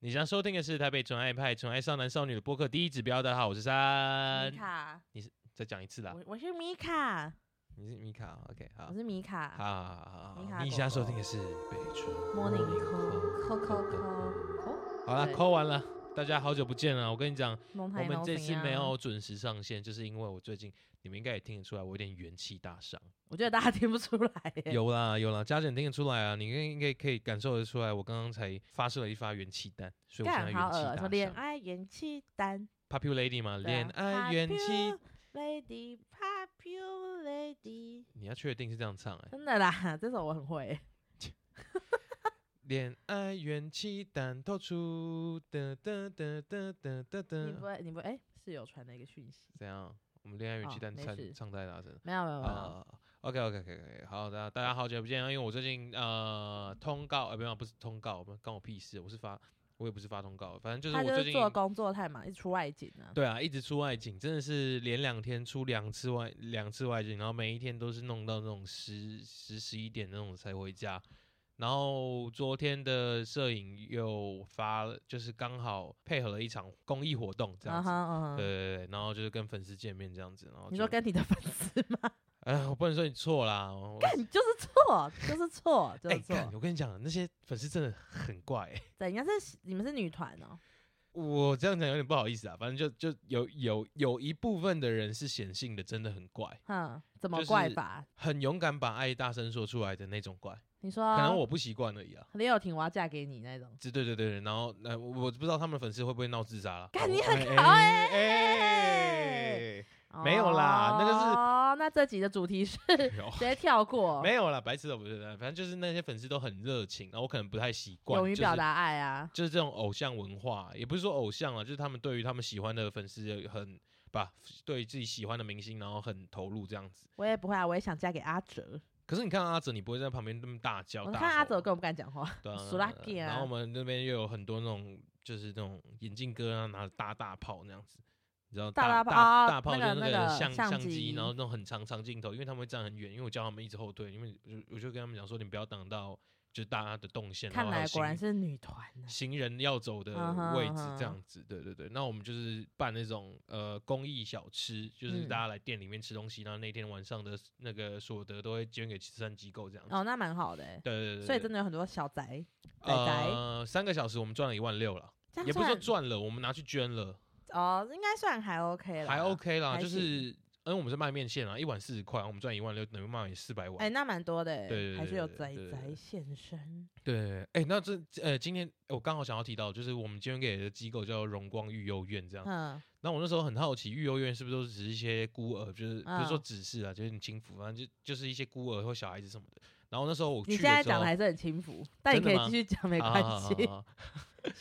你将收听的是台北纯爱派纯爱少男少女的播客第一指标。大家好，我是山米。卡，再讲一次啦，我我是米卡，你是米卡，OK，好哦我，是米好卡。好好好好米好。卡你狗现在狗收听的是北纯 Morning 哦 Call。 call call call call。好啦，对扣完了，大家好久不见了。我跟你讲，蒙我台们猫这怎次样没，有准时上线，就是因为我最近，你们应该也听得出来，我有点元气大伤。我觉得大家听不出来耶。有啦有啦，家长听得出来啊，你应该可以感受得出来，我刚刚才发射了一发元气弹，所以我现在干好元气大恶，说恋伤。爱元气丹， Popular Lady 嘛，对啊恋爱元气， ，Lady Pop You Lady，你要确定是这样唱哎、真的啦， 这首我很会。恋爱元气弹透出，哒哒哒哒哒哒你不哒。会，你不会，哎，室友传了一个讯息，怎样？我们恋爱元气哦弹没唱事唱太大声了没有没有没有，啊。OK OK OK OK，好，大家大家好久不见啊，因为我最近呃通告，呃没有不是通告，不关我屁事，我是发我也不是发通告，反正就是他我就最近是做工作太忙，一直出外景啊。对啊，一直出外景，真的是连两天出两次外两次外景，然后每一天都是弄到那种十十十一点那种才回家。然后昨天的摄影又发了，就是刚好配合了一场公益活动这样嗯子。哼嗯对哼，对对，然后就是跟粉丝见面这样子，然后你就说，跟你的粉丝吗？ 哎，我不能说你错啦，我干，就是错，就是错，就哎，是错。干我跟你讲，那些粉丝真的很怪、欸， 对，应该是你们是女团哦。我这样讲有点不好意思啊，反正就就有有有一部分的人是显性的，真的很怪，哼，怎么就是怪法？很勇敢把爱大声说出来的那种怪，你说可能我不习惯而已啊。李友廷我要嫁给你那种，这对对对对，然后那、呃我我不知道他们粉丝会不会闹自杀了。干你很好哎、欸哎没有啦那个是哦，那这集的主题是直 有接跳过， 没有啦，白痴哦的不是，呃反正就是那些粉丝都很热情，然后我可能不太习惯，勇于表达爱啊。就是、就是这种偶像文化，也不是说偶像啊，就是他们对于他们喜欢的粉丝很把对于自己喜欢的明星，然后很投入这样子。我也不会啊，我也想嫁给阿哲。可是你看阿哲，你不会在旁边那么大叫，我大看阿吼哲根本不敢讲话，对啊，苏拉吉然后啊我们那边又有很多那种就是那种眼镜哥啊，拿着大大炮那样子，你知道大大大炮大哦大炮就是那个那个相相相机然后那种很长长镜头，因为他们会站很远，因为我叫他们一直后退，因为我就我就跟他们讲说，你不要挡到就是大家的动线，看后还有来果然行是女团呢。行人要走的嗯哼位置嗯哼这样子，对对对。那我们就是办那种呃公益小吃，就是嗯大家来店里面吃东西，然后那天晚上的那个所得都会捐给慈善机构这样子。哦，那蛮好的欸，对对对对，所以对真的有很多小宅，仔仔呃，三个小时我们赚了一万六了，这样也不是说算赚了，我们拿去捐了，哦，应该算还 OK 了，还 OK 啦，还就是因为我们是卖面线啊，一碗四十块，我们赚一万六，等于卖四百哎，碗。那蛮多的欸，对对还对是有对宅对对对宅现身。对，哎，那这呃，今天我刚好想要提到，就是我们捐给的机构叫荣光育幼院这样。嗯，那我那时候很好奇，育幼院是不是都只是一些孤儿，就是不是说嗯只是啊，就是你轻浮，反正就就是一些孤儿或小孩子什么的。然后那时候我去你的现在时讲候的还是很轻浮，但你真的吗可以继续讲，没啊关好好好系。 好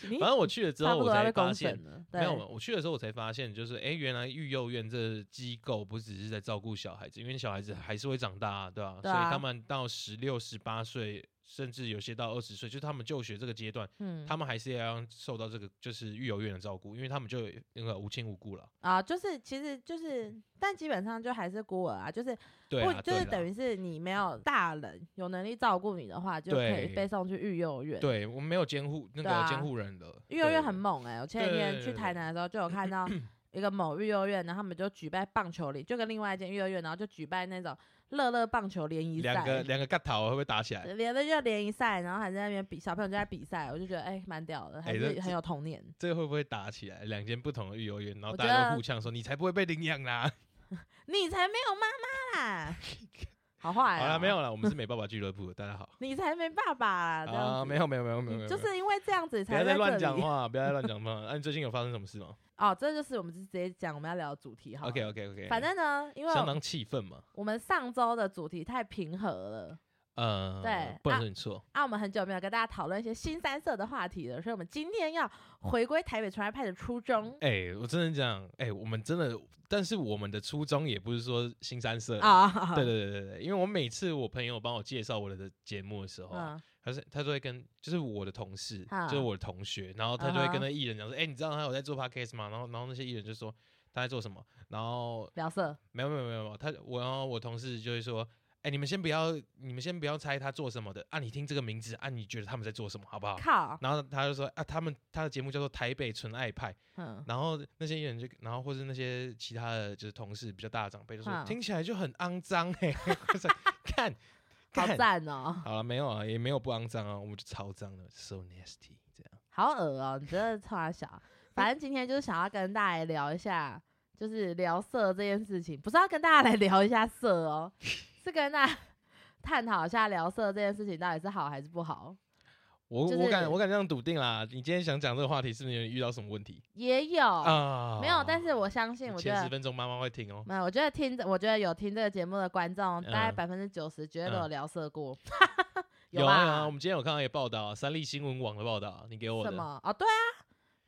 你反正我去了之 差后，不我多要才被发公现审了。没有，对，我去的时候我才发现，就是哎、诶原来育幼院这机构不只是在照顾小孩子，因为小孩子还是会长大、啊，对吧、所对以啊他们到十六、十八岁，甚至有些到二十岁，就是他们就学这个阶段，嗯，他们还是要受到这个就是育幼院的照顾，因为他们就有那个无亲无故了。啊，就是其实就是，但基本上就还是孤儿啊，就是对啊，不就是等于于是你没有大人有能力照顾你的话，就可对以被送去育幼院。对我们没有监护那对啊个监护人的育幼对院很猛哎、我前几对天对去对台南的时候就有看到一个某育幼院，然后他们就举办棒球联，就跟另外一间育幼院，然后就举办那种乐乐棒球联谊两个赛。两个嘎头会不会打起来？连的就联谊赛，然后还在那边比，小朋友就在比赛，我就觉得哎，蛮、屌的，还哎这是很有童年。这个会不会打起来？两间不同的育幼院，然后我大觉家得都互呛说你才不会被领养啦。你才没有妈妈 啦，好坏、啊好了，没有，了，我们是美爸爸俱乐 部，大家好。你才没爸爸啦，这样啊，子没有没有没有没有没你有，就是因为这样子不要才再在乱这讲里。 话，不要再乱讲话。啊那、你最近有发生什么事吗哦，这就是我们直接讲我们要聊的主题哈。 ？OK OK OK，反正呢，因为相当气愤嘛。我们上周的主题太平和了呃，对不能啊说你错。啊，我们很久没有跟大家讨论一些新三色的话题了，所以我们今天要回归台北传爱派的初衷哎、我真的讲，哎、我们真的，但是我们的初衷也不是说新三色。啊。呃对对对对对，因为我每次我朋友帮我介绍我的节目的时候啊、嗯，他是他都会跟就是我的同事，啊就是我的同学，然后他就会啊跟哈那艺人讲说，哎、你知道他有在做 podcast 吗？然后然后那些艺人就说他在做什么，然后聊色没有没有没有，没有，他我然后我同事就会说，哎，你们先不要，你们先不要猜他做什么的啊！你听这个名字啊，你觉得他们在做什么，好不好？靠，然后他就说啊，他们他的节目叫做《台北纯爱派》，嗯，然后那些艺人就，然后或是那些其他的就是同事比较大的长辈就说，嗯听起来就很肮脏哎、欸， 就是看， 好看，赞哦，好了没有啊，也没有不肮脏啊，我们就超脏的，so nasty 这样。好恶哦，你觉得超小？反正今天就是想要跟大家聊一下，就是聊色这件事情，不是要跟大家来聊一下色哦，是跟大家 探讨一下聊色这件事情到底是好还是不好。我、就我是敢我敢这样笃定啦，你今天想讲这个话题是不是有遇到什么问题也有，啊？哦没有，但是我相信，我觉前十得。分钟妈妈会听哦。没有，我觉得听这，我觉得有听这个节目的观众，大概嗯百分之九十绝对都有嗯聊 色过，有啊有啊，吧我？们今天有看到一个报道啊，三立新闻网的报道啊，你给我什的。么？哦，对啊，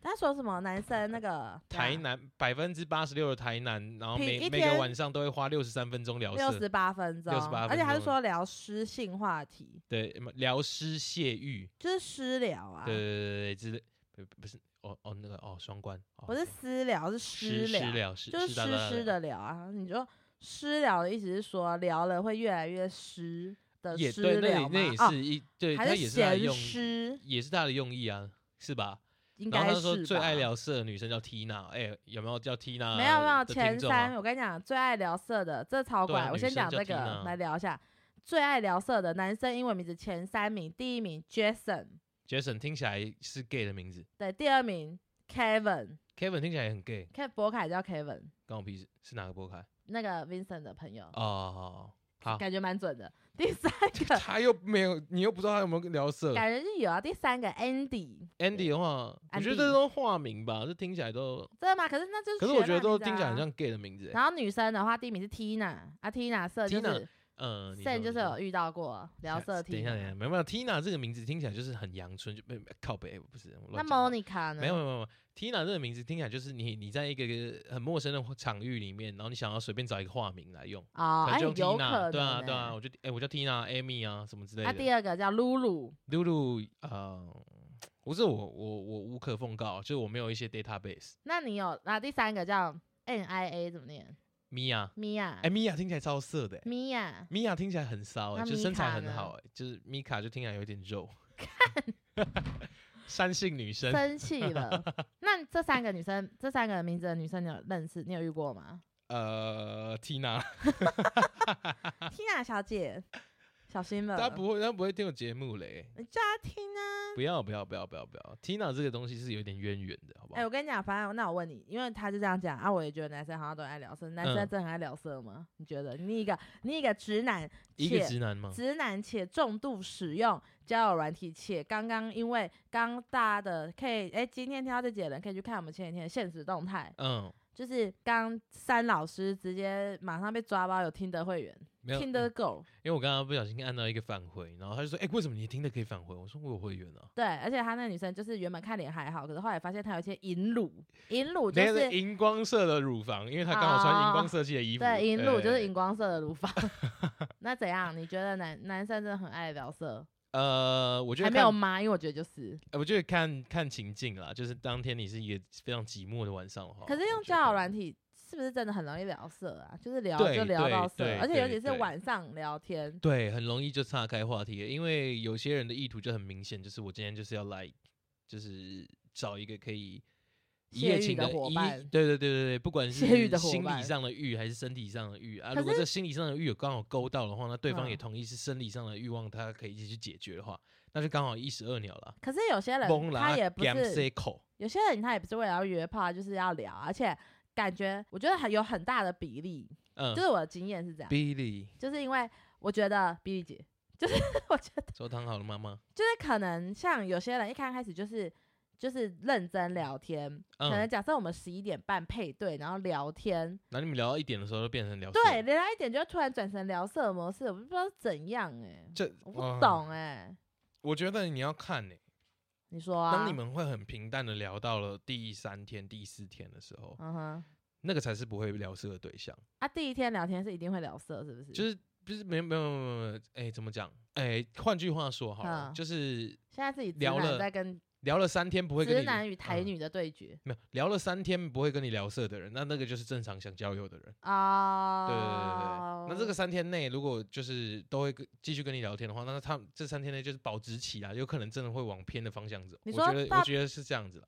他说什么男生那个台南百分之八十六的台南，然后平每一每天个晚上都会花六十三分钟聊啊六色，十八分钟， 68而且他分是钟说聊诗性话题，对，什么聊诗谢欲，就是私聊啊，对对对对，之类，不不是哦哦那个哦双关，哦不是私聊是诗诗诗聊，聊，诗就是哒哒湿湿哒的聊啊。你就私聊的意思是说聊了会越来越湿的也私对，那聊也吗？那也哦，是一对，还他也是他的闲用，诗，也是他的用意啊，是吧？应然该后他说是最吧爱聊色的女生叫 Tina，哎，有没有叫 Tina？没有没有，的前听众啊三，我跟你讲，最爱聊色的这超对啊怪。我女先生啊讲叫这个 Tina 来聊一下，最爱聊色的男生英文名字前三名，第一名 Jason， Jason 听起来是 gay 的名字对，第二名 Kevin， ，Kevin 听起来也很 gay，看博凯叫 Kevin，关我屁事，是哪个波凯？那个 Vincent 的朋友， 哦，好，感觉蛮准的。第三个他又没有，你又不知道他有没有聊色。 感觉是有啊，第三个 Andy， Andy 的话，我觉得这 Andy 都化名吧，这听起来都，真的吗？可是那就是可是我学觉得霸都名字听起来很啊。像 gay 的名字欸。然后女生的话，第一名是 Tina，啊，Tina 色就 Tina，是嗯，你之前说就是你说有遇到过聊色 Tina。等一下，等一下，没有没有，Tina 这个名字听起来就是很阳春，就没靠北，不是。我那乱讲话 Monica 呢？没有没有没有没有，Tina 这个名字听起来就是你你在一个很陌生的场域里面，然后你想要随便找一个化名来用，哦，可哎，能就用有 Tina，可能对啊对欸啊，我就哎我叫 Tina、Amy 啊什么之类啊，的。第二个叫露露，露露，呃，不是我我我无可奉告，就是我没有一些 database。那你有那、第三个叫 N I A 怎么念？米娅，米娅，哎，米娅听起来超色的欸，米娅，米娅听起来很骚欸，那就嗯米身材卡很呢好哎，就是米卡就听起来有点肉，山性女生，生气 了。那这三个女生，这三个名字的女生，你有认识？你有遇过吗？呃，Tina，缇娜小姐，小心了，她不会，她不会听我节目嘞。你叫她听啊。不要不要不要不要不要，Tina 这个东西是有点渊源的，好不哎、好？我跟你讲，反正那我问你，因为他就这样讲啊，我也觉得男生好像都很爱聊色，男生嗯真的很爱聊色吗？你觉得？你一个你一个直男，一个且直嗯男嘛，直男且重度使用交友软体，且刚刚因为刚大家的可以，哎、今天听到这几个人可以去看我们前几天的现实动态，嗯，就是刚三老师直接马上被抓包有听的会员，没有，嗯听因的 Go，为我刚刚不小心按到一个返回，然后他就说，哎，为什么你听的可以返回？我说我有会员啊，对，而且他那女生就是原本看脸还好，可是后来发现她有一些淫乳，淫乳就那是哦是荧光色的乳房，因为他刚好穿荧光色系的衣服，哎对淫乳就是对荧光色的乳房。 那怎样？你觉得男男生真的很爱聊色，呃，我觉得还没看有吗？因为我觉得就是，呃我觉得看看情境啦，就是当天你是一个非常寂寞的晚上的话，可是哦我用觉得交友软体是不是真的很容易聊色啊？就是聊对就聊对到色对，而且对尤其是对晚上聊天，对，很容易就岔开话题了，因为有些人的意图就很明显，就是我今天就是要来，就是找一个可以一夜泄欲情的一伙伴对对对对对，不管是泄欲的伙心理伴上的欲还是身体上的欲啊，可如果是这心理上的欲有刚好勾到的话，那对方也嗯同意是生理上的欲望，他可以一起去解决的话，那就刚好一石二鸟了。可是有些人崩他啦也不咸是，塞口，有些人他也不是为了要约炮，他就是要聊，啊而且感觉我觉得很有很大的比例，嗯就是我的经验是这样， ，Billy 就是因为我觉得比利姐，就是 我觉得周汤好了妈妈，就是可能像有些人一刚开始就是。就是认真聊天，可能嗯，假设我们十一点半配对，然后聊天，那你们聊到一点的时候就变成聊色对，了，聊到一点就突然转成聊色模式，我不知道是怎样哎、这我哇不懂哎、我觉得你要看呢、你说啊？当你们会很平淡的聊到了第三天、第四天的时候，嗯哼，那个才是不会聊色的对象。啊，第一天聊天是一定会聊色，是不是？就是是不是没有没有没有没有，哎、怎么讲？哎、换句话说好了，嗯就是现在自己直聊男了在跟聊了三天不会跟直你男与台嗯女的对决没有聊了三天不会跟你聊色的人，那那个就是正常想交友的人。啊。对对对对对，那这哦个三天内如果就是都会跟继续跟你聊天的话，那他们这三天内就是保质期啦，有可能真的会往偏的方向走。你我说觉得爸我觉得是这样子啦。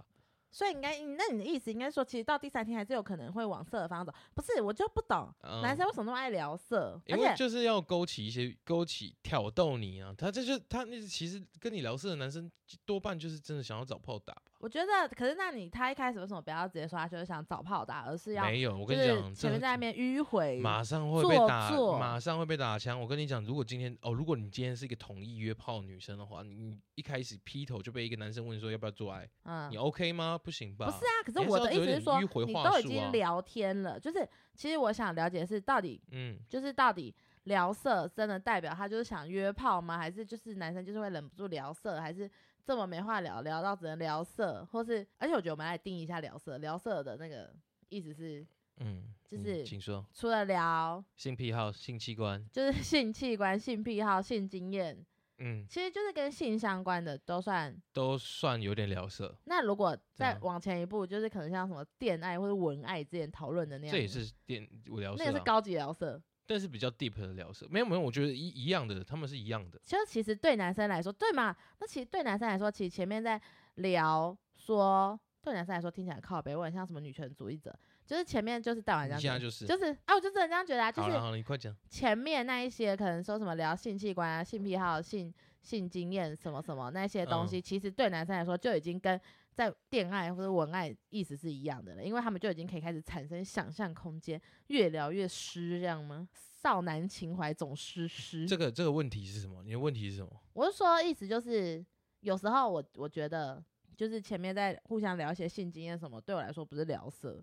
所以应该，那你的意思应该说，其实到第三天还是有可能会往色的方向走。不是，我就不懂、嗯、男生为什么那么爱聊色，因而为且就是要勾起一些勾起挑逗你啊，他这就他那其实跟你聊色的男生多半就是真的想要找炮打吧？我觉得，可是那你他一开始为什么不要直接说他就是想找炮打，而是要没有，我我跟你讲，前这面在那边迂回，马上会被打做作，马上会被打枪。我跟你讲，如果今天哦，如果你今天是一个同意约炮的女生的话，你你一开始劈头就被一个男生问说要不要做爱，嗯你，OK 吗？不行吧？不是啊。可你还是我是要的意有思点是说，迂回你话都已术经啊聊天了，就是其实我想了解是到底嗯，就是到底聊色真的代表他就是想约炮吗？还是就是男生就是会忍不住聊色，还是这么没话聊，聊到只能聊色，或是而且我觉得我们来定义一下聊色，聊色的那个意思是嗯，就嗯是请说除了聊性癖好、性器官，就是 性器官、性癖好、性经验，嗯，其实就是跟性相关的都算。都算有点聊色，那如果再样往前一步，就是可能像什么恋爱或者文爱之前讨论的那样这的，也是电我聊色、那个是啊，高级聊色。但是比较 deep 的聊色，没有没有，我觉得一一样的，他们是一样的，其实其实对男生来说，对嘛？那其实对男生来说，其实前面在聊说，对男生来说听起来很靠北，我很像什么女权主义者，就是前面就是带完你这现在样子，就是。就是啊，我就真的这样觉得啊，就好了是好了，你快讲。前面那一些可能说什么聊性器官啊、性癖好、性性经验什么什么那些东西，嗯其实对男生来说就已经跟在恋爱或者文爱意思是一样的了，因为他们就已经可以开始产生想象空间，越聊越湿，这样吗？少男情怀总湿湿。这个这个问题是什么？你的问题是什么？我是说，意思就是有时候我我觉得，就是前面在互相聊一些性经验什么，对我来说不是聊色，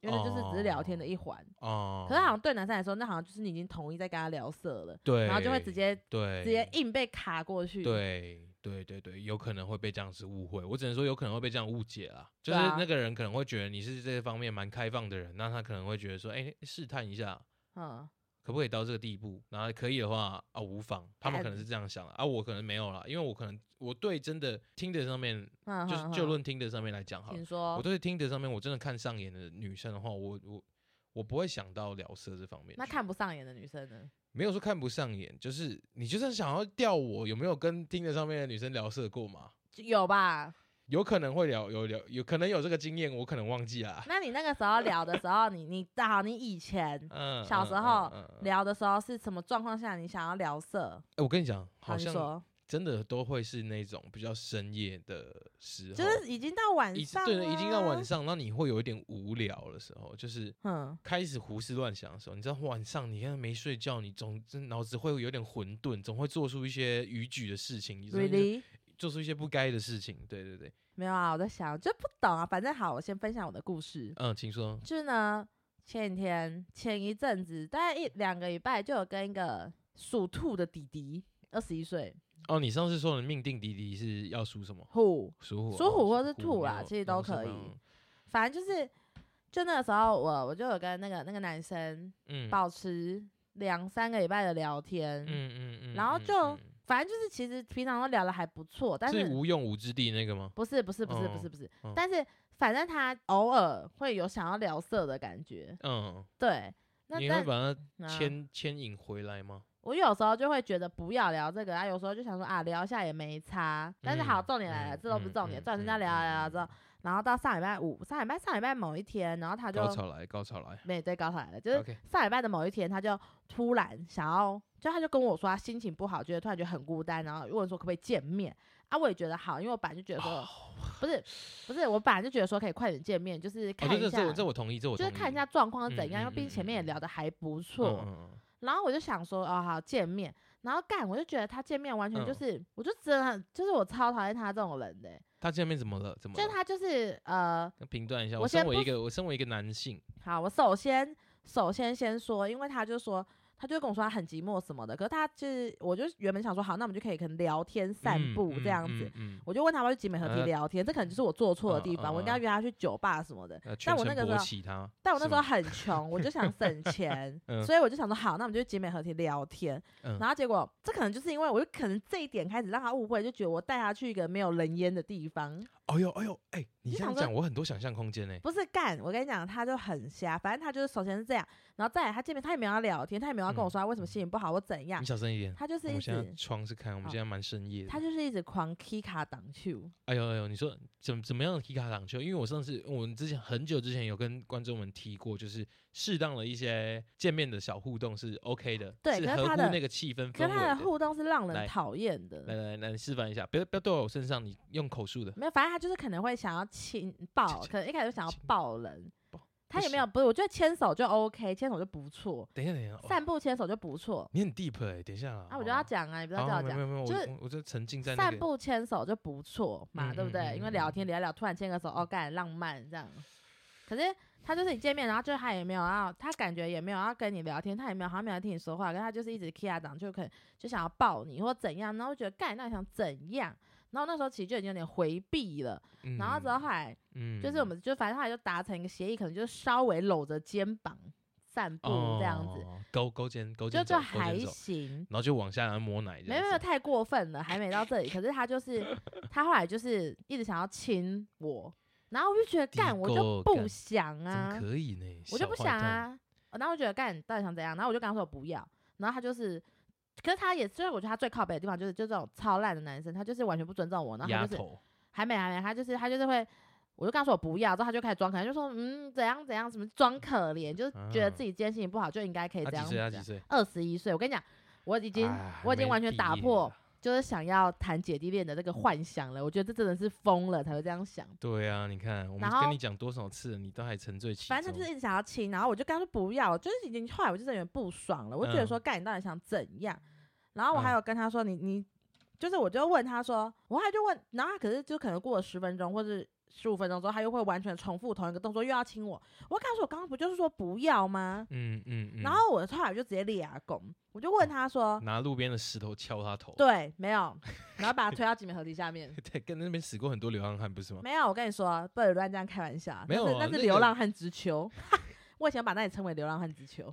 因为那就是只是聊天的一环。哦，可是好像对男生来说，那好像就是你已经同意在跟他聊色了，对，然后就会直接对直接硬被卡过去。，对对对对，有可能会被这样子误会，我只能说有可能会被这样误解啦。就对是啊那个人可能会觉得你是这方面蛮开放的人，那他可能会觉得说，哎、试探一下嗯，可不可以到这个地步，然后可以的话啊无妨，他们可能是这样想的啊，我可能没有啦，因为我可能我对真的听的上面，嗯就是哼就哼论听的上面来讲好了请，说，我对听的上面我真的看上眼的女生的话，我我我不会想到聊色这方面去，那看不上眼的女生呢？没有说看不上眼，就是你就算想要钓我，有没有跟听的上面的女生聊色过嘛？就有吧？有可能会聊，有聊，有可能有这个经验，我可能忘记啦。那你那个时候聊的时候，你你好，你以前嗯，小嗯时候嗯嗯嗯聊的时候是什么状况下你想要聊色？哎我跟你讲，好，好你像说，真的都会是那种比较深夜的时候，就是已经到晚已上，啊对，已经到晚。上，那你会有一点无聊的时候，就是嗯，开始胡思乱想的时候，你知道晚上你看没睡觉，你总真脑子会有点混沌，总会做出一些逾矩的事情，你总会 really 做出一些不该的事情。对对对，没有啊，我在想就不懂啊。反正好，我先分享我的故事。嗯，请说。就是呢，前几天前一阵子，大概一两个礼拜，就有跟一个属兔的弟弟，二十一岁，哦，你上次说的命定弟弟是要属什么？虎，属虎哦、属虎或是兔没啦有其实都嗯是可以吗反正就是，就那个时候我我就有跟那个那个男生嗯，保持两三个礼拜的聊天，嗯嗯嗯，然后嗯就嗯反正就是其实平常都聊的还不错，但是是无用武之地那个吗？不是不是不是不哦是不是，哦但是反正他偶尔会有想要聊色的感觉，嗯，对。那你会但把它啊牵牵引回来吗？我有时候就会觉得不要聊这个啊，有时候就想说啊聊一下也没差。但是好，嗯重点来了，嗯这都不是嗯重点，嗯重点是嗯要聊聊聊嗯之后，然后到上礼拜五、上礼拜上礼拜某一天，然后他就高潮来，高潮来。没对高潮来了，就是 OK 上礼拜的某一天，他就突然想要，就他就跟我说他心情不好，觉得突然觉得很孤单，然后问说可不可以见面啊？我也觉得好，因为我本来就觉得哦说不是不是，我本来就觉得说可以快点见面，就是哦，看这一这下这我，这我同意，这我就是同看意一下状况是怎样，嗯因为毕竟前面嗯也嗯嗯聊得还不错。嗯嗯嗯然后我就想说，哦，好见面，然后干，我就觉得他见面完全就嗯是，我就真的很就是我超讨厌他这种人的欸、他见面怎么了？怎么就是了？他就是呃，那评断一下，我我身先为不一个我身为一个男性，好，我首先首先先说，因为他就说。他就跟我说他很寂寞什么的，可是他就是，我就原本想说好，那我们就可以可能聊天、散嗯步这样子。，嗯嗯，我就问他要不要去集美河堤呃聊天，这可能就是我做错的嗯地方，我应该嗯嗯约他去酒吧什么的。呃，全但我程那个时勃候，起他，但我那是时吗，，候很穷，我就想省钱 嗯所以我就想说好，那我们就集美河堤聊天。嗯然后结果，这可能就是因为我就可能这一点开始让他误会，就觉得我带他去一个没有人烟的地方，哎呦哎呦哎，你就这样想说讲，我很多想象空间呢。不是干，我跟你讲，他就很瞎。反正他就是首先是这样，然后再来他见面，他也没有要聊天，他也没有要跟我嗯说他为什么心情不好，我怎样你，小声一点，啊他就是我一们现在直窗是开，我们好现在蛮深夜的他。就是一直狂 K 卡挡球。哎呦哎呦，你说怎怎么样的踢卡挡球？因为我上次我们之前很久之前有跟观众们提过，就是适当的一些见面的小互动是 OK 的，对是可是合乎他的那个气氛氛可是他的围的。互动是让来人讨厌来的，来来，你示范一下，不要不要对我身上，你用口述的。没有，反正他就是可能会想要亲抱，亲可能一开始就想要亲抱人抱，他不也没有，不是，我觉得牵手就 OK，牵手就不错，等一下等一下，哦、散步牵手就不错。你很 deep 哎、等一下啊啊，我就要讲啊，你不要好叫我没有讲没。有没有，就是我我我就沉浸在那散个。步牵手就不错嘛，嗯对不嗯对？嗯因为嗯聊嗯天聊一聊，突然牵个手，哦，干浪漫这样。可是他就是你见面，然后就他也没有要，他感觉也没有要跟你聊天，他也没有好像没有要听你说话，可是他就是一直 k i a 档，就可能就想要抱你或怎样，然后我觉得干，那你想怎样？然后那时候其实就已经有点回避了，嗯然后之后后来嗯就是我们就反正后来就达成一个协议，可能就稍微搂着肩膀散步这样子，哦勾勾肩勾就肩走，就勾肩还走行。然后就往下来摸奶这没样子，有没有太过分了，还没到这里。可是他就是 他后来就是一直想要亲我，然后我就觉得地干我就沟不干想怎么啊，可以呢？我就不小想坏蛋，啊。然后我就觉得干你到底想怎样？然后我就跟他说我不要。然后他就是，可是他也虽然我觉得他最靠北的地方就是就这种超烂的男生，他就是完全不尊重我，然后他丫就是头，还没还没，他就是他就是会。我就跟他说我不要，之后他就开始装可怜，就说嗯怎样怎样，什么装可怜，就是觉得啊自己今天心情不好就应该可以他这几岁？他样子几啊。岁？二十一岁，我跟你讲，我已经哎我已经没完全毕打业啊破啦就是想要谈姐弟恋的这个幻想了。我觉得这真的是疯了才会这样想。对啊，你看，我们然后跟你讲多少次了，你都还沉醉其中。反正他就是一直想要亲，然后我就跟他说不要，就是已经后来我就真的有点不爽了，我就觉得嗯说干你到底想怎样？然后我还嗯有跟他说你你，就是我就问他说，我还就问，然后他可是就可能过了十分钟或者十五分钟之后，他又会完全重复同一个动作，又要亲我。我跟他说我刚刚不就是说不要吗？嗯嗯嗯。然后我后来就直接立牙拱，我就问他说，拿路边的石头敲他头，对，没有，然后把他推到集美河堤下面。 对，跟那边死过很多流浪汉，不是吗？没有，我跟你说，不能乱这样开玩笑。没有那是啊那是那流个浪汉之丘。 我以前把那里称为流浪汉之丘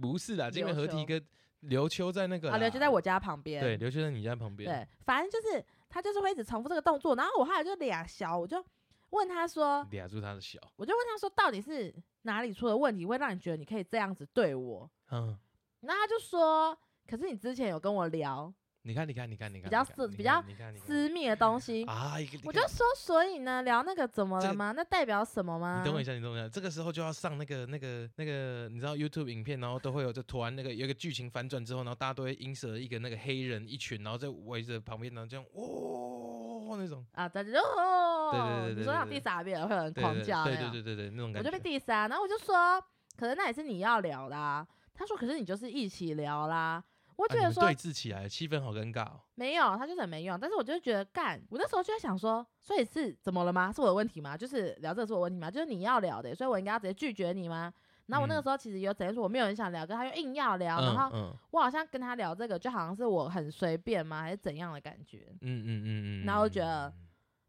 不是啦，这边琉合体球跟刘秋在那个啊，啦对，就在我家旁边。对，刘秋在你家旁边。对，反正就是他就是会一直重复这个动作，然后我后来就俩小，我就问他说，俩住他的小，我就问他说，到底是哪里出了问题，会让你觉得你可以这样子对我？嗯，然后他就说，可是你之前有跟我聊你看，你看，你看，你看，比你看较私你比看较你看，你看私密的东西，啊，一个我就说，所以呢，聊那个怎么这了个吗？那代表什么吗？你等我一下，你等我一下，这个时候就要上那个、那个、那个，你知道 YouTube 影片，然后都会有这突然那个有一个剧情反转之后，然后大家都会因射一个那个黑人一群，然后再围着旁边，然后这样哦那种，啊，大家就哦，对对对对你说想对对第三遍会有人对狂对叫对那对样对对对，那种我感就被觉。第三，然后我就说，可是那也是你要聊的啊。他说，可是你就是一起聊啦。我啊、觉你得们说、对峙起来，气氛好尴尬哦。没有，他就是很没用。但是我就觉得干，我那时候就在想说，所以是怎么了吗？是我的问题吗？就是聊这个是我的问题吗？就是你要聊的，所以我应该要直接拒绝你吗？然后我那个嗯时候其实有整说我没有很想聊，跟他又硬要聊，然后嗯我好像跟他聊这个就好像是我很随便吗，还是怎样的感觉？嗯嗯嗯嗯嗯，然后我觉得嗯，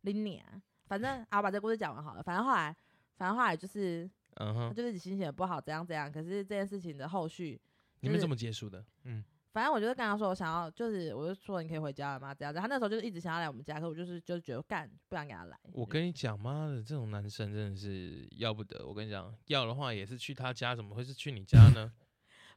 林你啊，反正啊，我把这个故事讲完好了。反正后来，反正后来就是嗯他哼，就是心情也不好，怎样怎样。可是这件事情的后续，你就们是怎么结束的？嗯，反正我就是跟他说，我想要，就是我就说你可以回家了嘛，这样子。他那时候就是一直想要来我们家，可我就是就是觉得干不想给他来。我跟你讲，妈的，这种男生真的是要不得。我跟你讲，要的话也是去他家，怎么会是去你家呢？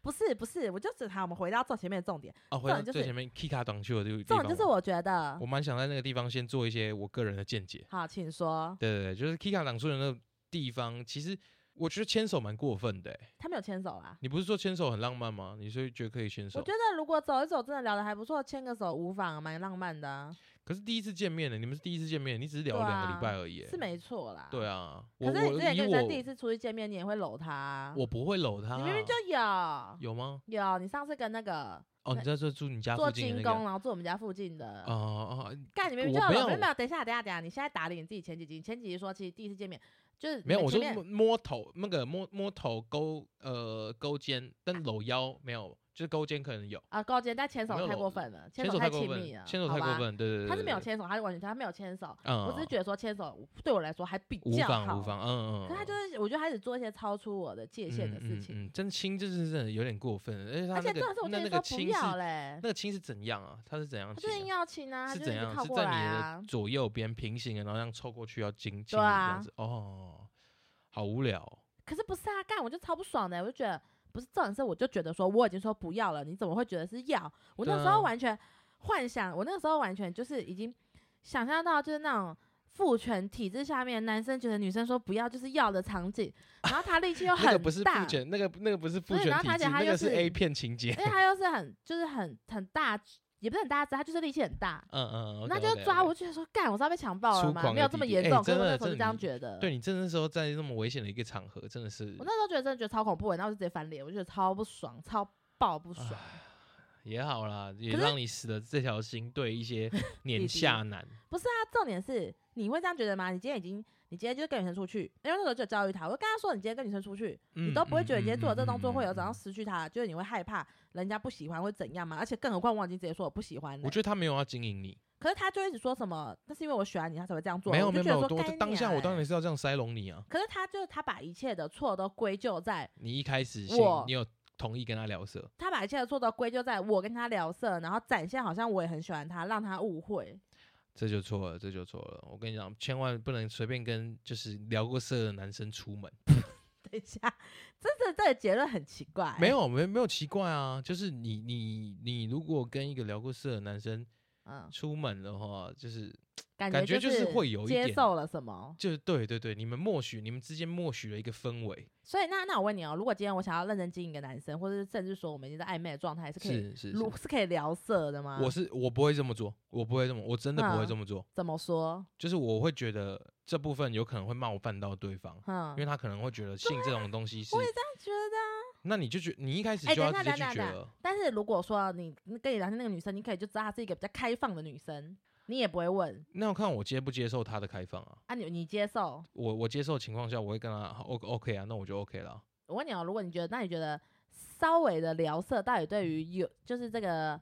不是不是，我就只好我们回到最前面的重点，啊，回到重点就最是前面，K 卡挡去我这个地重方点就是我觉得我蛮想在那个地方先做一些我个人的见解。好，请说，对对对，就是 Kika 挡出的那个地方，其实我觉得牵手蛮过分的欸。他没有牵手啦。你不是说牵手很浪漫吗？你是觉得可以牵我手觉？得如果走一走，真的聊得还不错，牵个手无妨，蛮浪漫的啊、可是第一次见面呢，你们是第一次见面，你只是聊了对两个啊礼拜而已欸。是没错啦。对。啊，我可是你之我前以跟生第一我次出去见面，你也会搂他啊、我啊不会搂他，你明明就有有吗？有，你上次跟那个哦，你在对这住你家附做近精的工，那个？然后做我们家附近的。哦哦，干，你明明我就有没老，没有有没有，等一下，等一下，等一下，你现在打脸自己前几集，你前几集说其实第一次见面就是没有，你我们前说面摸摸头那个摸摸头勾呃勾肩，但搂腰没有，就是勾肩可能有，啊，高阶，但牵没手有太了过分了，牵手太过亲密了，分，牵手好太过吧。分，对对对，他是没有对，牵手，他是完全他没有牵手，嗯，我只是觉得说牵手对我来说还比无较妨好，无妨，嗯嗯，可他就是我觉得开始做一些超出我的界限的事情，嗯，嗯嗯真亲这是真的有点过分，而且他而且那重点是个那那个我坚持说不亲是要嘞那，个亲是怎样啊？他是怎样他亲就啊？硬要亲啊，是就怎一直样？靠是过在来你啊的，左右边平行的，然后这样凑过去要亲亲你对这啊样子。哦，好无聊哦。可是不是啊，干我就超不爽的，我就觉得不是重点是，我就觉得说我已经说不要了，你怎么会觉得是要？我对那时候啊完全幻想，我那时候完全就是已经想象到就是那种父权体制下面，男生觉得女生说不要就是要的场景，然后他力气又很 那大，个不是父权，那个那个不是父对权然后体他制，讲他那又个是是 A 片情节。因为他又是很就是很很大，也不是很大只，他就是力气很大。嗯嗯，嗯那 OK，OK，就抓 OK 我，。就觉得说干，我是要被强暴了粗吗？犷没的有这么弟弟严哎重，可是真我那的时真候的就这样你觉得。对你真的时候在那么危险的一个场合，真的是我那时候觉得真的觉得超恐怖的，然后我就直接翻脸，我就觉得超不爽，超爆不爽。也好啦，也可是让你死了这条心对一些年 弟下男。不是啊，重点是你会这样觉得吗？你今天已经，你今天就跟女生出去，因为那时候就有教育他，我就跟他说，你今天跟女生出去，嗯你都不会觉得你今天做的这个动作会有嗯怎嗯嗯样失去他，就是你会害怕人家不喜欢会怎样嘛？而且更何况我已经直接说我不喜欢嗯了，我觉得他没有要经营你，可是他就一直说什么，那是因为我喜欢你，他才会这样做。没有我没就有没觉有，得我说都干当下我娘当欸然是要这样塞拢你啊！可是他就是他把一切的错都归咎在，你一开始先我你有同意跟他聊色，他把一切的错都归咎在我跟他聊色，然后展现好像我也很喜欢他，让他误会。 这就错了，这就错了。我跟你讲，千万不能随便跟就是聊过色的男生出门。等一下，这这这个结论很奇怪、没，有，没没有奇怪啊，就是你你你如果跟一个聊过色的男生嗯，出门的话，就是感感觉就就是会有一接点受了什么。就是对对对，你们默许你们之间默许了一个氛围，所以那那我问你哦，如果今天我想要认真经营一个男生，或者是甚至说我们已经在暧昧的状态，是可以是是是，如是可以聊色的吗？我是我不会这么做，我不会这么，我真的不会嗯这么做，怎么说？就是我会觉得这部分有可能会冒犯到对方。哼，因为他可能会觉得性这种东西是嗯啊我，也这样觉得啊。那你就觉你一开始哎就等要一直接下等一下拒绝等一下了，但是如果说啊你你跟你聊天那个女生，你可以就知道她是一个比较开放的女生，你也不会问那要看我接不接受他的开放啊。啊你，你接受？我我接受的情况下，我会跟他 O OK 啊，那我就 OK 了。我问你哦，如果你觉得，那你觉得稍微的聊色到底对于有就是这个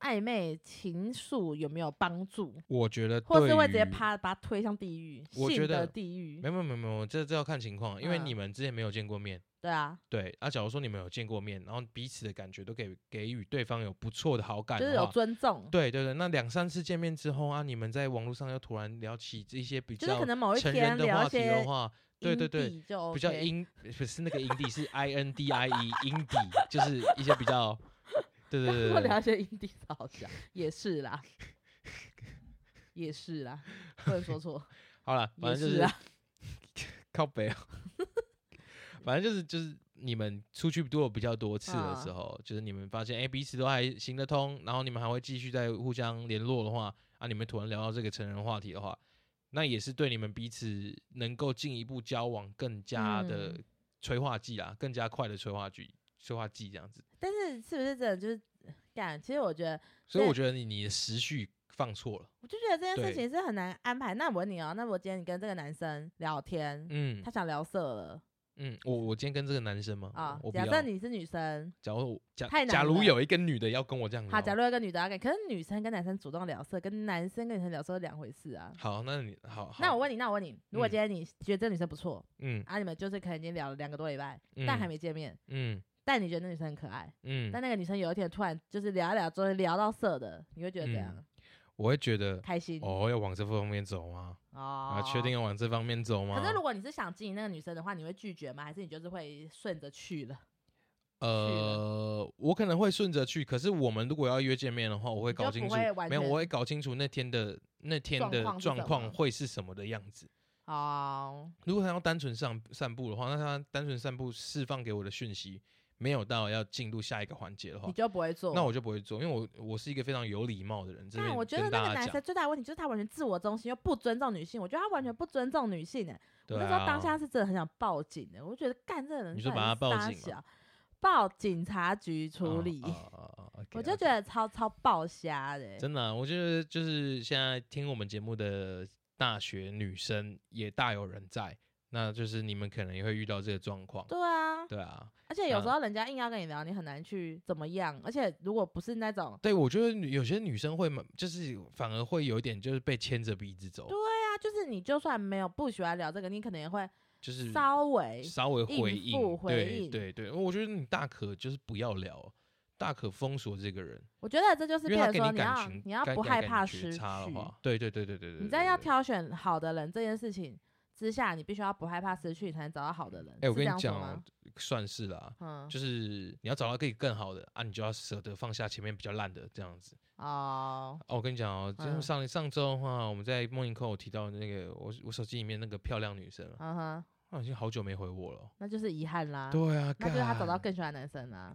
暧昧情愫有没有帮助，我觉得，或是会直接，啪把他推向地狱，我觉性得的地狱没？有没有没有，这这要看情况，啊因为嗯你们之前没有见过面，对啊，对。啊，假如说你们有见过面，然后彼此的感觉都给给予对方有不错的好感就是的有话，尊重，对对对。那两三次见面之后啊，你们在网络上又突然聊起这些比就是较可能某一成人天的聊话一题些的话，对对对，阴蒂就 OK, 比较 阴，不是那个阴地，是 I N D I E 阴地，就是一些比较， 对对对我聊对一些阴蒂好笑，也 是啦，也是啦，不能说错，好了， 反也啊正就是是啦。靠北哦， 反正就是就是你们出去多比较多次的啊时候，就是你们发现哎、彼此都还行得通，然后你们还会继续在互相联络的话，啊，你们突然聊到这个成人话题的话，那也是对你们彼此能够进一步交往更加的嗯催化剂啊，更加快的催化剂，催化剂这样子。但是是不是真的就是干？其实我觉得，所以我对觉得你你的时序放错了，我就觉得这件事对情是很难安排。那我问你哦，那我今天你跟这个男生聊天，嗯他想聊色了嗯，我我今天跟这个男生吗？啊哦我？不假要。设你是女生，假如我假太难假如了有一个女的要跟我这样聊，好，假如有一个女的要跟，可是女生跟男生主动聊色，跟男生跟女生聊色是两回事啊。好，那你好，那好我问你，那我问你，如果嗯今天你觉得这女生不错、嗯啊，你们就是可能已经聊了两个多礼拜，但还没见面，嗯但你觉得那女生很可爱，嗯，但那个女生有一天突然就是聊一聊之后聊到色的，你会觉得怎样？嗯我会觉得开心哦哦，要往这方面走吗？啊，确定要往这方面走吗可？是如果你是想经营那个女生的话，你会拒绝吗？还是你就是会顺着去了？呃，我可能会顺着去，可是我们如果要约见面的话，我会你就搞不清楚会，完没有，全我会搞清楚那天的那天状的况是状什况么会是什么的样子。哦，如果他要单纯上散步的话，那他单纯散步释放给我的讯息没有到要进入下一个环节的话你，就不会做。哦那我就不会做，因为我我是一个非常有礼貌的人。这但边我觉得跟那大个家男讲生最大的问题就是他完全自我中心，又不尊重女性。我觉得他完全不尊重女性哎、我对那时候当啊下是真的很想报警的、我就觉得干这个人你说把他到底是报傻警吗小，报警察局处哦理，哦哦哦，OK， 我就 OK 觉得超超爆瞎的、欸。真的啊、我觉得就是现在听我们节目的大学女生也大有人在。那就是你们可能也会遇到这个状况。对啊，对啊，而且有时那候人家硬要跟你聊，你很难去怎么样。而且如果不是那种，对我觉得女有些女生会蛮就是反而会有一点就是被牵着鼻子走对，啊，就是你就算没有不喜欢聊这个，你可能也会就是稍微稍微回应应付，回对应对对，我觉得你大可就是不要聊，大可封锁这个人，我觉得这就是因为变他给成说你你感要情你要该不给害感怕觉失去，差的话，对对对对对对，你在要对。挑选好的人这件事情之下，你必须要不害怕失去，你才能找到好的人。哎，我跟是这你样说讲哦吗，，算是啦，嗯，就是你要找到可以更好的啊，你就要舍得放下前面比较烂的这样子。哦，哦，我跟你讲哦，就是嗯上上周的话，我们在梦影课我提到那个我我手机里面那个漂亮女生啊，嗯哼，她已经好久没回我了哦。那就是遗憾啦。对啊，那就是他找干到更喜欢的男生啦。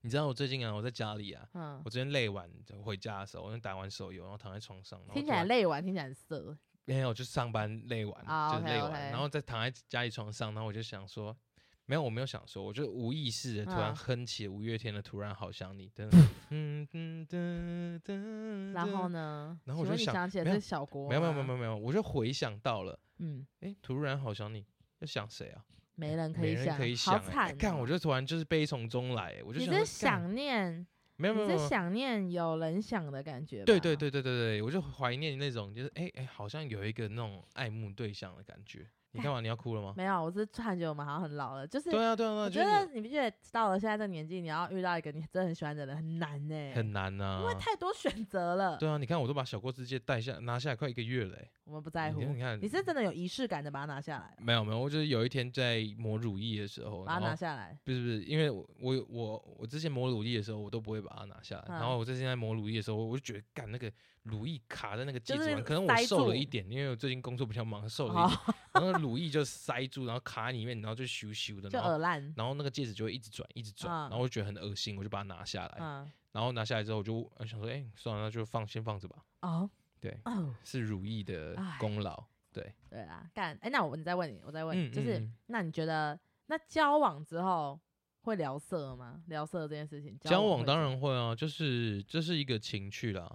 你知道我最近啊，我在家里啊，嗯我，昨天累完就回家的时候，我就打完手游，然后躺在床上，然后听起突来然累完，听起来很色。没有，就上班累完，啊就是累完 OK，OK 然后再躺在家里床上，然后我就想说，没有，我没有想说，我就无意识的突然嗯哼起五月天的《突然好想你》真的，嗯嗯嗯嗯，然后呢？然后我请问就你想想起来没有是小国？没有没有没有没有，没有，我就回想到了，嗯，诶，突然好想你。要想谁啊？没人可没以人想，可以好想、惨欸！哦。看、我就突然就是悲从中来、我就你说是干想念，没有没你有没有是想念有人想的感觉。对对。对对对对，我就怀念那种，就是哎哎、好像有一个那种爱慕对象的感觉。你干嘛？你要哭了吗？没有，我是突然觉得我们好像很老了，就是对啊对啊对啊，我就觉得是你不觉得到了现在这个年纪，你要遇到一个你真的很喜欢的人很难呢、很难呐、欸因为太多选择了。对啊，你看我都把小郭直接带下拿下来快一个月了、欸，我们不在乎你。看哦你看你是真的有仪式感的把它拿下来，没有没有，我就是有一天在抹乳液的时候，把它然拿后下来。不是不是，因为我我我我之前抹乳液的时候，我都不会把它拿下来。然嗯后我最近在抹乳液的时候，我就觉得干那个乳液卡在那个戒就指是上，可能我塞瘦了住哦一点，因为我最近工作比较忙，瘦了一好点，，然后乳液就塞住，然后卡在里面，然后就咻咻的，就然后耳烂。然后那个戒指就会一直转，一直转，嗯然后我就觉得很恶心，我就把它拿下来。嗯，然后拿下来之后，我就呃想说，哎、算了，那就放先放着吧。哦对，哦，是如意的唉功劳。对，对啦，干。哎、那我你再问你，我再问你，嗯就是、嗯嗯那你觉得那交往之后会聊色吗？聊色这件事情，交往往会当怎然会啊，就是这是一个情趣啦，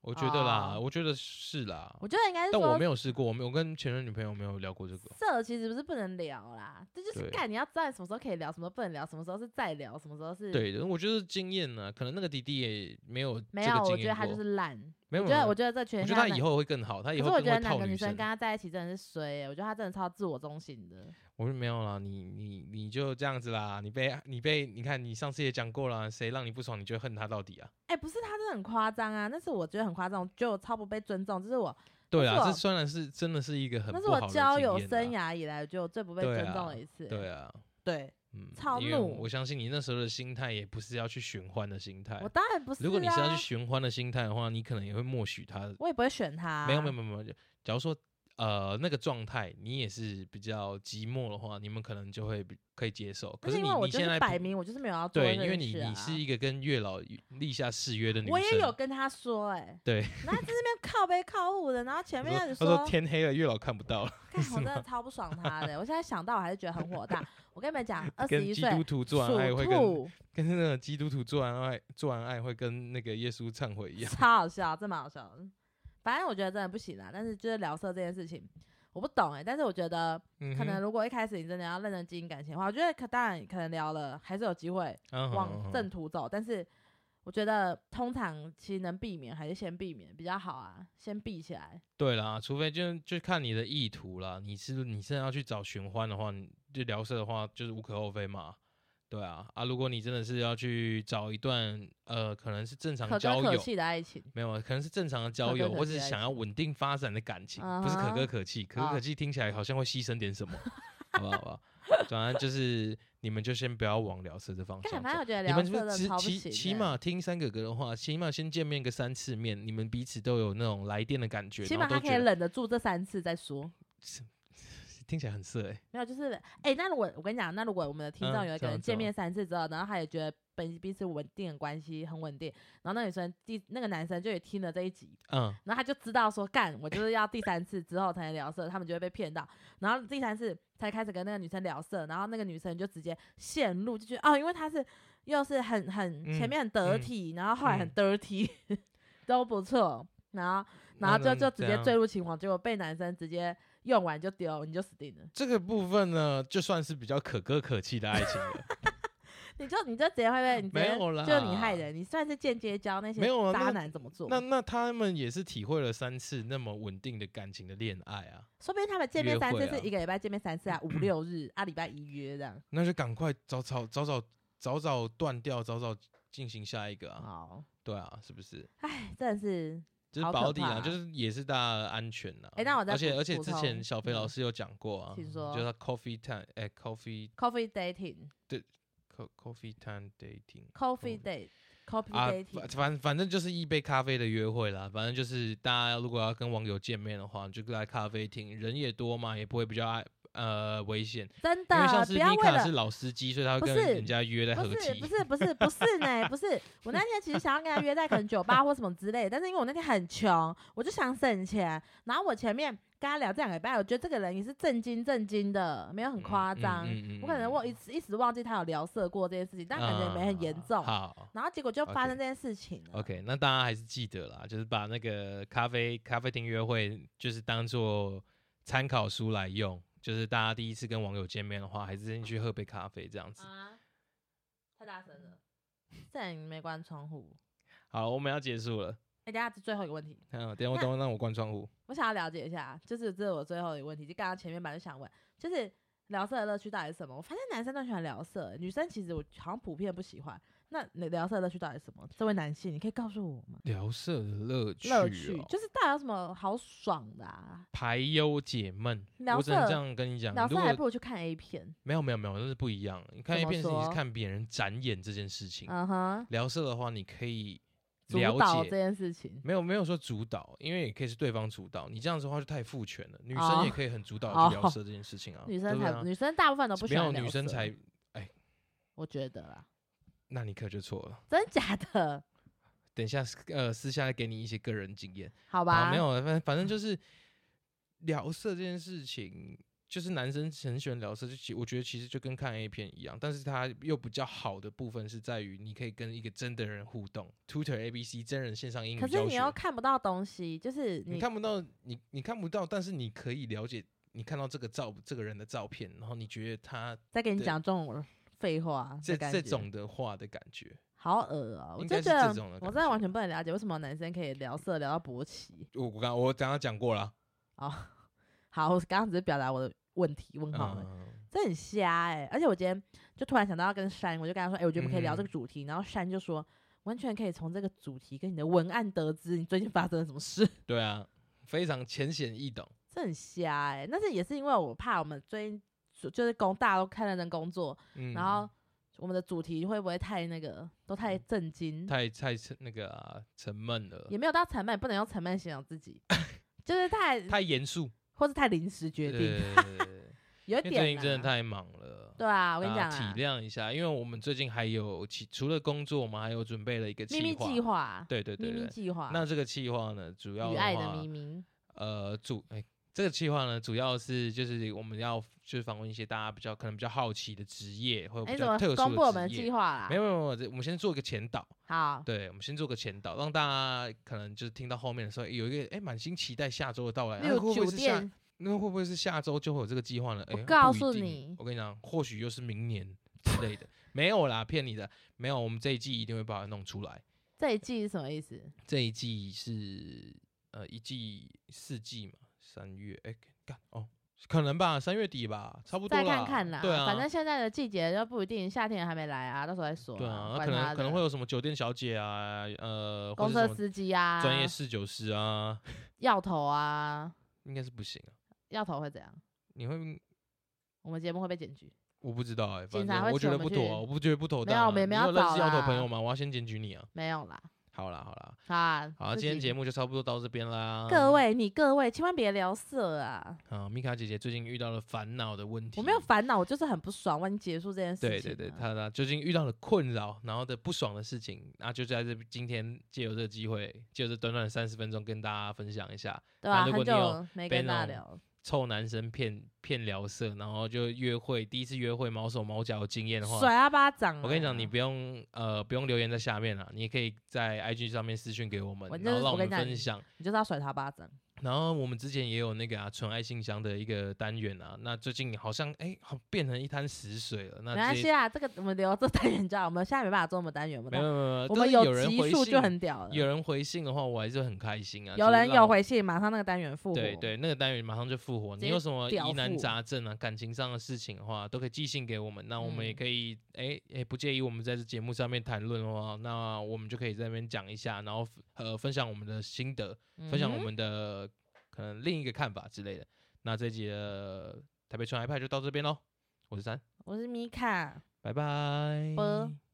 我觉得啦，哦我觉得是啦。我觉得应该是但我说没有试过，我没有我跟前任女朋友没有聊过这个。色其实不是不能聊啦，这就是对干，你要知道你什么时候可以聊，什么时候不能聊，什么时候是再聊，什么时候是对，我觉得经验呢、可能那个弟弟也没有没这有，个我经觉得验他就过是懒。没有，我没觉有得，我觉得这我全觉得下他男以后会更好，他可以是后我更觉得会哪套个女女生生跟。他在一起真的是衰、欸，我觉得他真的超自我中心的。我说没有啦，你你你就这样子啦，你被你被你看你上次也讲过啦，谁让你不爽，你就恨他到底啊？哎、不是，他真的很夸张啊！那是我觉得很夸张，我觉得我超不被尊重，这是我，对啊，是这我虽然是真的是一个很那是不我好的交经友验生啊，涯以来我觉得我最不被对尊重啊的一次欸、对啊，对嗯，超因为怒我相信你那时候的心态也不是要去寻欢的心态我，当然不是、啊。如果你是要去寻欢的心态的话，你可能也会默许他。我也不会选他、没有没有，没有没有，假如说呃那个状态你也是比较寂寞的话，你们可能就会比可以接受。可但是因你为我你就现在是不摆明我就是没有要做对，这因为件你事啊你是一个跟月老立下誓约的女生，我也有跟他说、哎，对，然后在那边靠背靠户的，然后前他面说一他直说天黑了，月老看不到了，干，我 真的超不爽他的。我现在想到，我还是觉得很火大。我跟你们讲，二十跟一基岁督徒做完爱属会跟兔，跟那个基督徒做完爱做完爱会跟那个耶稣忏悔一样。超好笑，真蛮好笑的。反正我觉得真的不行啦，但是就是聊色这件事情，我不懂哎、但是我觉得，嗯可哼能如果一开始你真的要认真经营感情的话，我觉得可当然可能聊了，还是有机会嗯哼嗯往哼正途走。但是我觉得通常其实能避免还是先避免比较好啊，先避起来。对啦，除非就就看你的意图啦。你是你真的要去找寻欢的话，你就聊色的话，就是无可厚非嘛。对啊啊，如果你真的是要去找一段呃，可能是正常可交歌可友，泣的爱情，没有，啊可能是正常的交可友，歌可或泣者是爱想要稳定发展的感情，不是可啊哈歌可泣。可歌可啊泣听起来好像会牺牲点什么，好不好？好不好？反正就是你们就先不要往聊色这方向干，反正走。我觉得哦你聊们色是不真是的起超不行、起欸。起码听三哥哥的话，起码先见面个三次面，你们彼此都有那种来电的感觉，起然码后他都可觉以得忍得住这三次再说。听起来很色哎、没有，就是哎、那如果我跟你讲，那如果我们的听众嗯有一怎个么怎人见么面三次之后，然后他也觉得本彼此稳定的关系很稳定，然后那女生第那个男生就也听了这一集，嗯，然后他就知道说干，我就是要第三次之后才能聊色，他们就会被骗到，然后第三次才开始跟那个女生聊色，然后那个女生就直接陷入，就觉得哦，因为他是又是很很前嗯面很得嗯体，然后后来很 dirty，、都不错，然后然那后就那就这直接样坠入情网，结果被男生直接用完就丢，你就死定了，这个部分呢，就算是比较可歌可泣的爱情 了。你就你就直接会被你直没接有啦就你害人，你算是间接教那些没有啊那渣男怎么做。那那他们也是体会了三次那么稳定的感情的恋爱啊，说不定他们见面约三会次啊是一个礼拜见面 三次啊，五六日啊，礼拜一约这样。那就赶快早早早早早早断掉，早早进行下一个啊。哦，对啊，是不是？哎，真的是就是好可保底啊，怕哎就是也是大家的安全呐、啊。诶那我再而且补而且补之充前小肥老嗯师有讲过啊，请说就是他 coffee time，哎、c o f f e e coffee dating。 co coffee time dating。 coffee Coffee- date。coffee 哦啊， dating，、反反反正就是一杯咖啡的约会啦。反正就是大家如果要跟网友见面的话，你就来咖啡厅，人也多嘛，也不会比较爱呃危险。真因为的像是啊不要妮为卡是了。老司机，所以他会不跟是人家约在不合是体不。是不是不 是呢，不是我那天其实想要跟他约在可能酒吧或什么之类的，但是因为我那天很穷，我就想省钱。然后我前面跟他聊这两个礼拜，我觉得这个人也是震惊震惊的，没有很嗯夸张。我可能我一时一时忘记他有聊色过这件事情，但感觉也没很严重。啊好然后结果就发 OK 生这件事情了。 ，OK，那大家还是记得啦，就是把那个咖啡咖啡厅约会，就是当做参考书来用。就是大家第一次跟网友见面的话，还是先去喝杯咖啡这样子。啊，太大声了， 这里没关窗户。好，我们要结束了。哎、等一下最后一个问题，嗯，等一下我那等会让我关窗户。我想要了解一下，就是这是我最后一个问题，就刚刚前面本来就想问，就是聊色的乐趣到底是什么？我发现男生都喜欢聊色，欸女生其实我好像普遍不喜欢。那你聊色的乐趣到底是什么？这位男性，你可以告诉我吗？聊色的乐趣、哦，乐趣就是到底有什么好爽的啊？排忧解闷。聊我只能色这样跟你讲，聊如色还不果如去看 A 片。没有没有没有，那是不一样。你看怎 A 么片是你是说看别人展演这件事情，嗯哼，聊色的话，你可以主了导解。这件事情。没有没有说主导，因为也可以是对方主导。你这样子的话就太父权了，女哦生也可以很主导地去哦聊色这件事情啊， 女对生不才、对啊女生大部分都不没喜欢有聊女生色才，我觉得啦，那你可就错了。真假的？等一下呃私下给你一些个人经验。好啊，吧，没有，反正反正就是聊色这件事情，就是男生很喜欢聊色，就其我觉得其实就跟看 A 片一样，但是它又比较好的部分是在于你可以跟一个真的人互动，Tutor A B C 真人线上英可语是教你又学，看不到东西，就是你你看不到你你看不到，但是你可以了解。你看到这个照这个人的照片，然后你觉得他在给你对讲这种废话的这感这觉种的话的感觉，好恶啊！我应该真是觉这得种的我感真的完觉全不能了解为什么男生可以聊色聊到勃起我我刚我刚刚讲过了，哦。好，我刚刚只是表达我的问题问号而已，嗯，这很瞎哎、而且我今天就突然想到要跟山，我就跟他说，哎、我觉得我们可以聊嗯这个主题，然后山就说。完全可以从这个主题跟你的文案得知你最近发生了什么事， 对啊，非常浅显易懂，这很瞎哎、但是也是因为我怕我们最近就是工大家都看认真工作，嗯，然后我们的主题会不会太那个，都太嗯震惊，太太沉那个啊、沉闷了，也没有到沉闷，不能用沉闷形容 自己，就是太太严肃。或是太临时决定，对对 对对因有一为最点近真的啦太忙了。对啊，我跟你大讲家啊体，谅一下，因为我们最近还有其除了工作，我们还有准备了一个秘密划。计划，啊对对对秘密对。计划，那这个计划呢，主要与的爱话的秘密，呃，主哎、这个计划呢，主要是就是我们要就是访问一些大家比较可能比较好奇的职业，或者哎，比怎较么特公殊布我的们的职业计。划啦？啊没有没有没有，这我们先做一个前导。好，对，我们先做个前导，让大家可能就是听到后面的时候，有一个哎满心期待下周的到来。例啊会如不会酒是下？店，那会不会是下周就会有这个计划呢？哎我不告一诉定你我跟你讲，或许又是明年之类的。没有啦，骗你的，没有。我们这一季一定会把它弄出来。这一季是什么意思？这一季是呃一季四季嘛，三月哎干哦，可能吧，三月底吧，差不多再啦。看看啦，对啊，反正现在的季节又不一定，夏天还没来啊，到时候再说对啊，那管可他能可能的会有什么酒店小姐啊，呃，或公是车什么司机啊，专业侍酒师啊，药头啊，应该是不行啊。药头会怎样？你会我们节目会被检举。我不知道哎、反警察正会我请觉我得们不妥啊，去我不觉得不妥没当有啊。我们也没你有有认识找摇头朋啦友吗？我要先检举你啊！没有啦，好啦好啦，啊，好啦，自今天己节目就差不多到这边啦。各位，你各位千万别聊色啊！啊，米卡姐姐最近遇到了烦恼的问题，我没有烦恼，我就是很不爽。万一结束这件事情、对啊对对，，她她最近遇到了困扰，然后的不爽的事情，那就在这今天借由这个机会，借由这短短三十分钟跟大家分享一下，对吧、那如很果你有久没被跟大家那聊，臭男生骗骗聊色，然后就约会第一次约会毛手毛脚的经验的话，甩他巴掌、啊！我跟你讲，你不用呃不用留言在下面了，你也可以在 IG 上面私讯给我们我，就然后是让我跟们你讲分享。你就是要甩他巴掌。然后我们之前也有那个啊，纯爱信箱的一个单元啊，那最近好像哎，好变成一滩死水了。那没关这系啊，这个我们留这单元就好，我们现在没办法做我们单元，我没有们没有没有，我但们是有人集回数就信，很屌了。有人回信的话，我还是很开心啊。有就是人让有回信，马上那个单元复活。对对，那个单元马上就复活。直你接有什么疑屌难复杂症啊、感情上的事情的话，都可以寄信给我们。那我们也嗯可以，哎、诶不介意我们在这节目上面谈论的话，那我们就可以在那边讲一下，然后呃分享我们的心得，嗯哼，分享我们的可能另一个看法之类的。那这集的台北纯爱派就到这边喽，我是三，我是米卡。拜拜啵。